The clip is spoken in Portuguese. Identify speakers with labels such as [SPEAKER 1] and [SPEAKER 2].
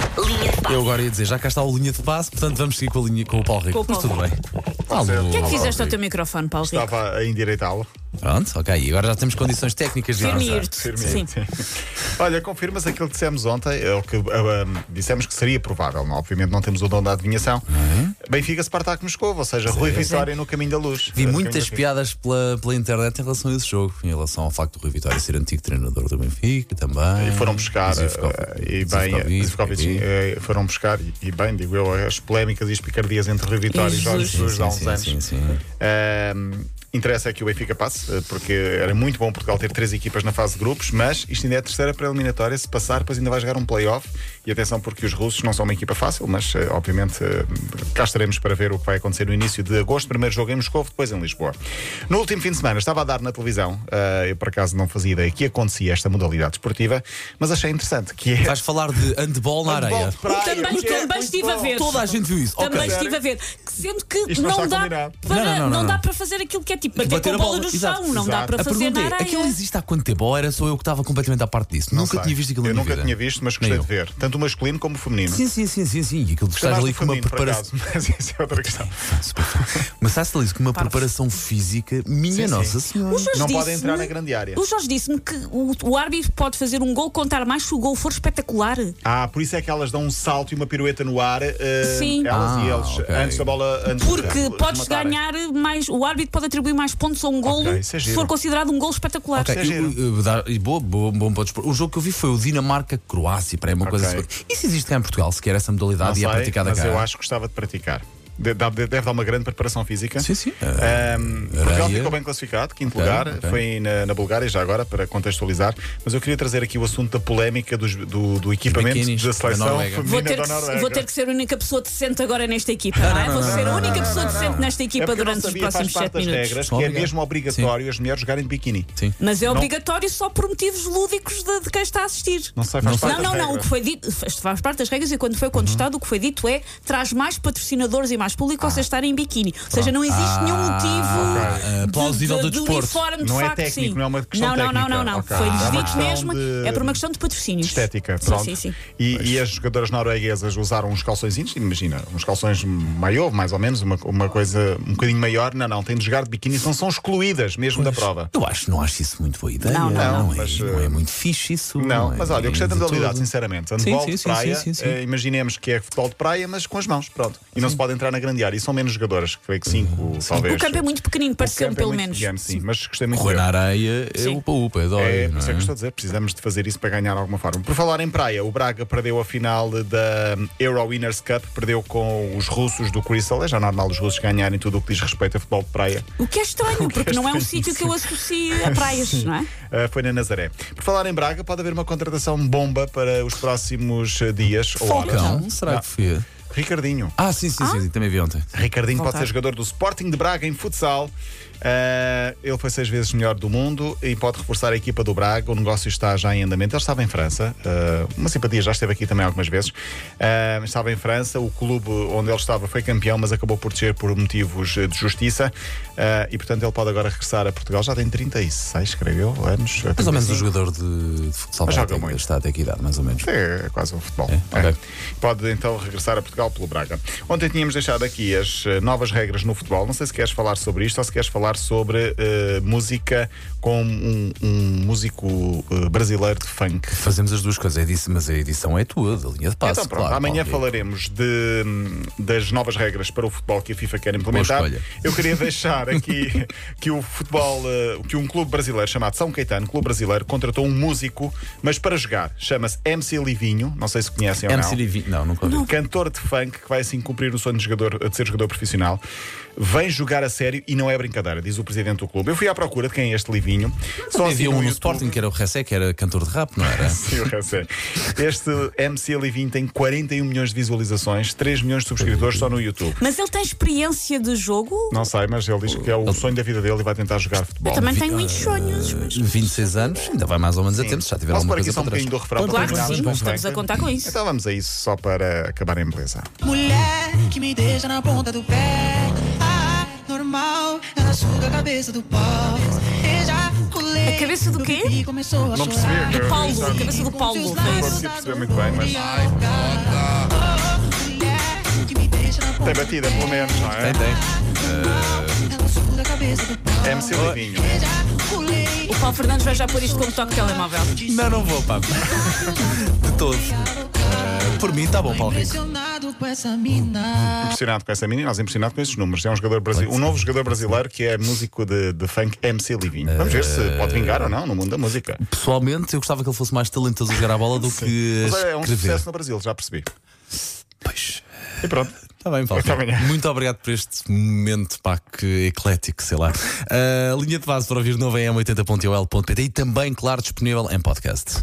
[SPEAKER 1] passe.
[SPEAKER 2] Eu agora ia dizer, já cá está a linha de passe, portanto vamos seguir com, a linha, com o Paulo Rico.
[SPEAKER 1] Com o Paulo
[SPEAKER 2] Mas tudo bem. Paulo.
[SPEAKER 1] O que é que fizeste ao teu microfone, Paulo Rico?
[SPEAKER 3] Estava a endireitá-lo.
[SPEAKER 2] Pronto, ok. E agora já temos condições técnicas de avançar.
[SPEAKER 1] Firmir-te. Sim.
[SPEAKER 3] Olha, confirmas aquilo que dissemos ontem, ou que ah, ah, dissemos que seria provável, não? é? obviamente não temos o dom da adivinhação. Benfica Spartak Moscou, ou seja, Rui Vitória no caminho da luz.
[SPEAKER 2] é? Vi
[SPEAKER 3] É,
[SPEAKER 2] muitas
[SPEAKER 3] caminho da-
[SPEAKER 2] piadas pela, pela internet em relação a esse jogo, em relação ao facto do Rui Vitória ser antigo treinador do Benfica também.
[SPEAKER 3] E foram buscar,
[SPEAKER 2] Mas eu ficava-
[SPEAKER 3] ah, e bem,
[SPEAKER 2] ficava-
[SPEAKER 3] eh, Zivkovic,
[SPEAKER 2] ficava-
[SPEAKER 3] eh, foram buscar, e- e bem, digo eu, as polémicas e as picardias entre Rui Vitória e
[SPEAKER 1] Jesus.
[SPEAKER 3] Jorge Jesus um há
[SPEAKER 2] Sim,
[SPEAKER 3] uns
[SPEAKER 2] sim,
[SPEAKER 3] anos.
[SPEAKER 2] sim, sim.
[SPEAKER 3] Ahm, interessa é que o Benfica passe, eh, porque era muito bom Portugal ter três equipas na fase de grupos, mas isto ainda é a terceira preliminatória. Se passar, depois ainda vai jogar um play-off. E atenção, porque os russos não são uma equipa fácil, mas eh, obviamente eh, cá estaremos para ver o que vai acontecer no início de agosto. Primeiro jogo em Moscou, depois em Lisboa. No último fim de semana, estava a dar na televisão, eh, eu por acaso não fazia ideia que acontecia esta modalidade esportiva, mas achei interessante que é. um
[SPEAKER 2] Vais falar de handball na
[SPEAKER 3] Handball
[SPEAKER 2] areia.
[SPEAKER 3] de praia,
[SPEAKER 1] Também-
[SPEAKER 3] que é
[SPEAKER 1] também
[SPEAKER 3] muito
[SPEAKER 1] estive a
[SPEAKER 3] bom.
[SPEAKER 1] ver.
[SPEAKER 2] Toda a gente viu isso.
[SPEAKER 1] Também
[SPEAKER 2] ok.
[SPEAKER 1] estive a ver. Que Sendo que
[SPEAKER 3] Isto não
[SPEAKER 1] não,
[SPEAKER 3] está
[SPEAKER 1] dá
[SPEAKER 3] combinado.
[SPEAKER 1] para,
[SPEAKER 2] Não, não, não, não,
[SPEAKER 1] dá
[SPEAKER 2] não.
[SPEAKER 1] para fazer aquilo que é tipo bater,
[SPEAKER 2] Bater
[SPEAKER 1] com
[SPEAKER 2] a
[SPEAKER 1] a bola
[SPEAKER 2] bola,
[SPEAKER 1] no chão.
[SPEAKER 2] exato,
[SPEAKER 1] não dá
[SPEAKER 3] exato.
[SPEAKER 1] para
[SPEAKER 2] A
[SPEAKER 1] fazer
[SPEAKER 2] pergunta
[SPEAKER 1] na
[SPEAKER 2] é:
[SPEAKER 1] areia.
[SPEAKER 2] aquilo existe há quanto tempo? Ou era só eu que estava completamente à parte disso?
[SPEAKER 3] Não
[SPEAKER 2] Nunca
[SPEAKER 3] sei.
[SPEAKER 2] tinha visto aquilo
[SPEAKER 3] Eu
[SPEAKER 2] na
[SPEAKER 3] nunca
[SPEAKER 2] vida.
[SPEAKER 3] tinha visto, mas
[SPEAKER 2] Nem
[SPEAKER 3] gostei
[SPEAKER 2] eu.
[SPEAKER 3] de ver, tanto o masculino como o feminino.
[SPEAKER 2] Sim, sim, sim, sim, sim. E aquilo de estás
[SPEAKER 3] Chamaste
[SPEAKER 2] ali
[SPEAKER 3] o
[SPEAKER 2] com uma
[SPEAKER 3] feminino, por
[SPEAKER 2] preparação.
[SPEAKER 3] acaso, Mas isso é outra questão.
[SPEAKER 2] Mas estás ali com uma
[SPEAKER 1] Parvo.
[SPEAKER 2] preparação física, minha
[SPEAKER 3] Sim, sim.
[SPEAKER 2] Nossa Senhora.
[SPEAKER 1] O Jorge
[SPEAKER 3] Não pode
[SPEAKER 1] disse-me-
[SPEAKER 3] entrar na grande área.
[SPEAKER 1] O Jorge disse-me que o, o árbitro pode fazer um gol contar mais se o gol for espetacular.
[SPEAKER 3] Ah, por isso é que elas dão um salto e uma pirueta no ar. eh,
[SPEAKER 1] Sim.
[SPEAKER 3] Elas
[SPEAKER 2] Ah,
[SPEAKER 3] e eles,
[SPEAKER 2] ok.
[SPEAKER 3] antes da bola. Antes
[SPEAKER 1] Porque
[SPEAKER 3] de-
[SPEAKER 1] podes
[SPEAKER 3] de matarem.
[SPEAKER 1] ganhar mais. O árbitro pode atribuir mais pontos a um gol
[SPEAKER 3] é. isso é
[SPEAKER 1] se
[SPEAKER 3] giro.
[SPEAKER 1] for considerado um gol espetacular.
[SPEAKER 2] Ok,
[SPEAKER 3] é
[SPEAKER 2] eu-
[SPEAKER 3] giro.
[SPEAKER 2] eu- eu- dar- e boa, boa, bom para dispor. O jogo que eu vi foi o Dinamarca-Croácia, para aí uma coisa
[SPEAKER 3] Ok.
[SPEAKER 2] assim. Isso existe cá em Portugal, sequer essa
[SPEAKER 3] Não
[SPEAKER 2] modalidade e é
[SPEAKER 3] sei,
[SPEAKER 2] praticada
[SPEAKER 3] mas
[SPEAKER 2] cá.
[SPEAKER 3] eu acho que gostava de praticar. De- dá- de- Deve dar uma grande preparação física.
[SPEAKER 2] Sim, sim. Eh,
[SPEAKER 3] Ahm, Portugal
[SPEAKER 2] areia.
[SPEAKER 3] ficou bem classificado, quinto
[SPEAKER 2] Ok,
[SPEAKER 3] lugar,
[SPEAKER 2] ok.
[SPEAKER 3] foi na, na Bulgária, já agora, para contextualizar. Mas eu queria trazer aqui o assunto da polémica dos- do, do equipamento
[SPEAKER 2] biquinis
[SPEAKER 3] da
[SPEAKER 2] da
[SPEAKER 3] seleção
[SPEAKER 2] Noruega.
[SPEAKER 3] feminina
[SPEAKER 1] Vou ter,
[SPEAKER 3] da
[SPEAKER 1] que,
[SPEAKER 3] Noruega.
[SPEAKER 1] vou ter que ser a única pessoa decente agora nesta equipa, não, é? Vou ser a única pessoa decente nesta
[SPEAKER 3] É
[SPEAKER 1] equipa
[SPEAKER 3] porque eu não
[SPEAKER 1] durante os
[SPEAKER 3] sabia, faz
[SPEAKER 1] próximos
[SPEAKER 3] parte
[SPEAKER 1] 7
[SPEAKER 3] das
[SPEAKER 1] minutos.
[SPEAKER 3] regras, que é
[SPEAKER 2] Obrigado.
[SPEAKER 3] mesmo obrigatório as mulheres jogarem de biquíni.
[SPEAKER 2] Sim.
[SPEAKER 1] Mas é obrigatório só por motivos lúdicos de, de quem está a assistir.
[SPEAKER 3] Não sei, faz parte
[SPEAKER 1] Não,
[SPEAKER 3] das
[SPEAKER 1] não, não. O
[SPEAKER 3] regras. Uhum.
[SPEAKER 1] que foi dito isto faz parte das regras e quando foi contestado, o que foi dito é traz mais patrocinadores e mais público
[SPEAKER 3] Ah.
[SPEAKER 1] vocês estarem em biquíni. Ou seja, não existe nenhum
[SPEAKER 2] Ah,
[SPEAKER 1] motivo
[SPEAKER 2] ok.
[SPEAKER 1] de-
[SPEAKER 2] Plausível
[SPEAKER 1] de,
[SPEAKER 2] do
[SPEAKER 1] de
[SPEAKER 2] desporto.
[SPEAKER 1] uniforme de
[SPEAKER 3] Não é
[SPEAKER 1] facto,
[SPEAKER 3] técnico,
[SPEAKER 1] sim.
[SPEAKER 3] não é uma questão
[SPEAKER 1] Não, não, não, não, não.
[SPEAKER 3] técnica.
[SPEAKER 1] Foi
[SPEAKER 3] Ok. É uma
[SPEAKER 1] dito
[SPEAKER 3] questão
[SPEAKER 1] mesmo,
[SPEAKER 3] de-
[SPEAKER 1] é por uma questão de patrocínios.
[SPEAKER 3] Estética,
[SPEAKER 1] Sim,
[SPEAKER 3] pronto.
[SPEAKER 1] Sim, sim.
[SPEAKER 3] E, e as jogadoras norueguesas usaram uns calçõezinhos, imagina, uns calções maior, mais ou menos, uma, uma coisa um bocadinho maior. Não, não, têm de jogar de biquíni, senão são excluídas mesmo da prova.
[SPEAKER 2] Eu acho, não acho isso muito boa ideia.
[SPEAKER 1] Não, não,
[SPEAKER 3] não,
[SPEAKER 2] é,
[SPEAKER 3] mas,
[SPEAKER 2] não é
[SPEAKER 3] eh,
[SPEAKER 2] muito fixe isso.
[SPEAKER 3] Não,
[SPEAKER 2] é-
[SPEAKER 3] mas olha, eu gostei da
[SPEAKER 2] de
[SPEAKER 3] modalidade,
[SPEAKER 2] tudo.
[SPEAKER 3] sinceramente.
[SPEAKER 2] Sim,
[SPEAKER 3] Handball
[SPEAKER 2] sim,
[SPEAKER 3] de
[SPEAKER 2] sim,
[SPEAKER 3] praia,
[SPEAKER 2] sim, sim, sim.
[SPEAKER 3] eh, imaginemos que é futebol de praia, mas com as mãos, pronto. E não se pode entrar na grande área. E são menos jogadoras, creio que cinco, talvez.
[SPEAKER 1] O campo é muito pequenino,
[SPEAKER 3] O campo
[SPEAKER 1] pareceu-me
[SPEAKER 3] é
[SPEAKER 1] pelo
[SPEAKER 3] muito
[SPEAKER 1] menos.
[SPEAKER 3] pequeno, sim, mas gostei muito
[SPEAKER 2] Correr
[SPEAKER 3] dele.
[SPEAKER 2] na areia é
[SPEAKER 1] Sim.
[SPEAKER 2] upa-upa, é dói.
[SPEAKER 3] É, por isso é
[SPEAKER 2] não
[SPEAKER 3] que
[SPEAKER 2] é?
[SPEAKER 3] estou a dizer, precisamos de fazer isso para ganhar alguma forma. Por falar em praia, o Braga perdeu a final da Euro Winners Cup, perdeu com os russos do Crystal. É já normal os russos ganharem tudo o que diz respeito a futebol de praia.
[SPEAKER 1] O que é estranho, porque não é um sítio que eu associo a praias, não é?
[SPEAKER 3] Ah, foi na Nazaré. Por falar em Braga, pode haver uma contratação bomba para os próximos ah, dias ou horas.
[SPEAKER 2] Falcão, Então, será que foi?
[SPEAKER 3] Ricardinho.
[SPEAKER 2] Ah, sim, sim, sim, sim, também vi ontem.
[SPEAKER 3] Ricardinho pode
[SPEAKER 1] Voltar.
[SPEAKER 3] ser jogador do Sporting de Braga em futsal. Ah, ele foi seis vezes melhor do mundo e pode reforçar a equipa do Braga. O negócio está já em andamento. Ele estava em França. Ah, uma simpatia já esteve aqui também algumas vezes. Ah, estava em França. O clube onde ele estava foi campeão, mas acabou por descer por motivos eh, de justiça. Ah, e portanto ele pode agora regressar a Portugal. Já tem 36, creio eu, anos.
[SPEAKER 2] Mais ou menos o
[SPEAKER 3] 35.
[SPEAKER 2] jogador de, de futsal
[SPEAKER 3] Mas
[SPEAKER 2] vai
[SPEAKER 3] joga
[SPEAKER 2] ter-
[SPEAKER 3] muito.
[SPEAKER 2] está até aqui idade, mais ou menos.
[SPEAKER 3] É quase um futebol.
[SPEAKER 2] É,
[SPEAKER 3] É.
[SPEAKER 2] ok.
[SPEAKER 3] Pode então regressar a Portugal pelo Braga. Ontem tínhamos deixado aqui as eh, novas regras no futebol. Não sei se queres falar sobre isto ou se queres falar sobre eh, música com um, um músico eh, brasileiro de funk.
[SPEAKER 2] Fazemos as duas coisas, é disso, mas a edição é tua, da linha de passe.
[SPEAKER 3] então pronto,
[SPEAKER 2] claro,
[SPEAKER 3] amanhã
[SPEAKER 2] Paulo.
[SPEAKER 3] falaremos de, hum, das novas regras para o futebol que a FIFA quer implementar.
[SPEAKER 2] Boa escolha.
[SPEAKER 3] Eu queria deixar aqui que o futebol, eh, que um clube brasileiro chamado São Caetano, clube brasileiro, contratou um músico, mas para jogar. Chama-se MC Livinho, não sei se conhecem ou não
[SPEAKER 2] MC Livinho- Não, nunca vi.
[SPEAKER 3] cantor de funk que vai assim cumprir o sonho de, jogador, de ser jogador profissional, vem jogar a sério e não é brincadeira, diz o presidente do clube. Eu fui à procura de quem é este Livinho. Só assim
[SPEAKER 2] Havia um no
[SPEAKER 3] YouTube-
[SPEAKER 2] Sporting que era o Ressé, que era cantor de rap, não era?
[SPEAKER 3] Sim, eu sei. Este MC Livinho tem 41 milhões de visualizações, 3 milhões de subscritores só no YouTube.
[SPEAKER 1] Mas ele tem experiência de jogo?
[SPEAKER 3] Não sei, mas ele diz que é o sonho da vida dele e vai tentar jogar futebol.
[SPEAKER 1] Eu também
[SPEAKER 2] Ah,
[SPEAKER 1] tenho muitos sonhos.
[SPEAKER 2] Eh,
[SPEAKER 1] mas-
[SPEAKER 2] 26 anos, ainda vai mais ou menos a tempo, se já tiver
[SPEAKER 3] Posso
[SPEAKER 2] alguma
[SPEAKER 3] pôr aqui
[SPEAKER 2] coisa
[SPEAKER 3] só um
[SPEAKER 2] para trás.
[SPEAKER 3] bocadinho do refrão? para
[SPEAKER 1] Claro que
[SPEAKER 3] terminarmos
[SPEAKER 1] sim,
[SPEAKER 3] com o
[SPEAKER 1] estamos
[SPEAKER 3] funk?
[SPEAKER 1] a contar com isso.
[SPEAKER 3] Então vamos a isso só para acabar em beleza.
[SPEAKER 4] Mulher que me deixa na ponta do pé. Ah, normal, ela suga a cabeça do pau. Ejaculei.
[SPEAKER 1] A É cabeça do
[SPEAKER 4] meu
[SPEAKER 1] quê?
[SPEAKER 4] pipi Começou a
[SPEAKER 3] Não percebi.
[SPEAKER 4] chorar.
[SPEAKER 3] Eu-
[SPEAKER 1] Paulo, a cabeça do Paulo.
[SPEAKER 4] Com seus
[SPEAKER 1] foi isso.
[SPEAKER 4] lábios
[SPEAKER 3] Não consegui perceber muito bem, mas-
[SPEAKER 4] abriam.
[SPEAKER 3] Tem batida, pelo menos, não é?
[SPEAKER 2] Tem, tem.
[SPEAKER 4] Ela suga a cabeça do pau.
[SPEAKER 3] É MC Livinho.
[SPEAKER 4] Veja, pulei.
[SPEAKER 1] O Paulo Fernandes vai já pôr isto como toque de telemóvel.
[SPEAKER 2] Não, não vou, pá. De todo. Eh, por mim, tá bom, Paulo Rico.
[SPEAKER 4] Impressionado com essa mina.
[SPEAKER 3] Impressionado com essa menina, nós impressionado com estes números. É um jogador brasileiro, um novo jogador brasileiro que é músico de, de funk MC Livinho. Vamos ver se pode vingar ou não no mundo da música.
[SPEAKER 2] Pessoalmente, eu gostava que ele fosse mais talentoso a jogar a bola do que
[SPEAKER 3] Mas é um
[SPEAKER 2] escrever.
[SPEAKER 3] sucesso no Brasil, já percebi.
[SPEAKER 2] Pois.
[SPEAKER 3] E pronto.
[SPEAKER 2] Está Tá bem, Paulo.
[SPEAKER 3] Até amanhã.
[SPEAKER 2] Muito obrigado por este momento pá, que eclético, sei lá. Ah, A linha de base para ouvir novo é m80.ol.pt e também, claro, disponível em podcast.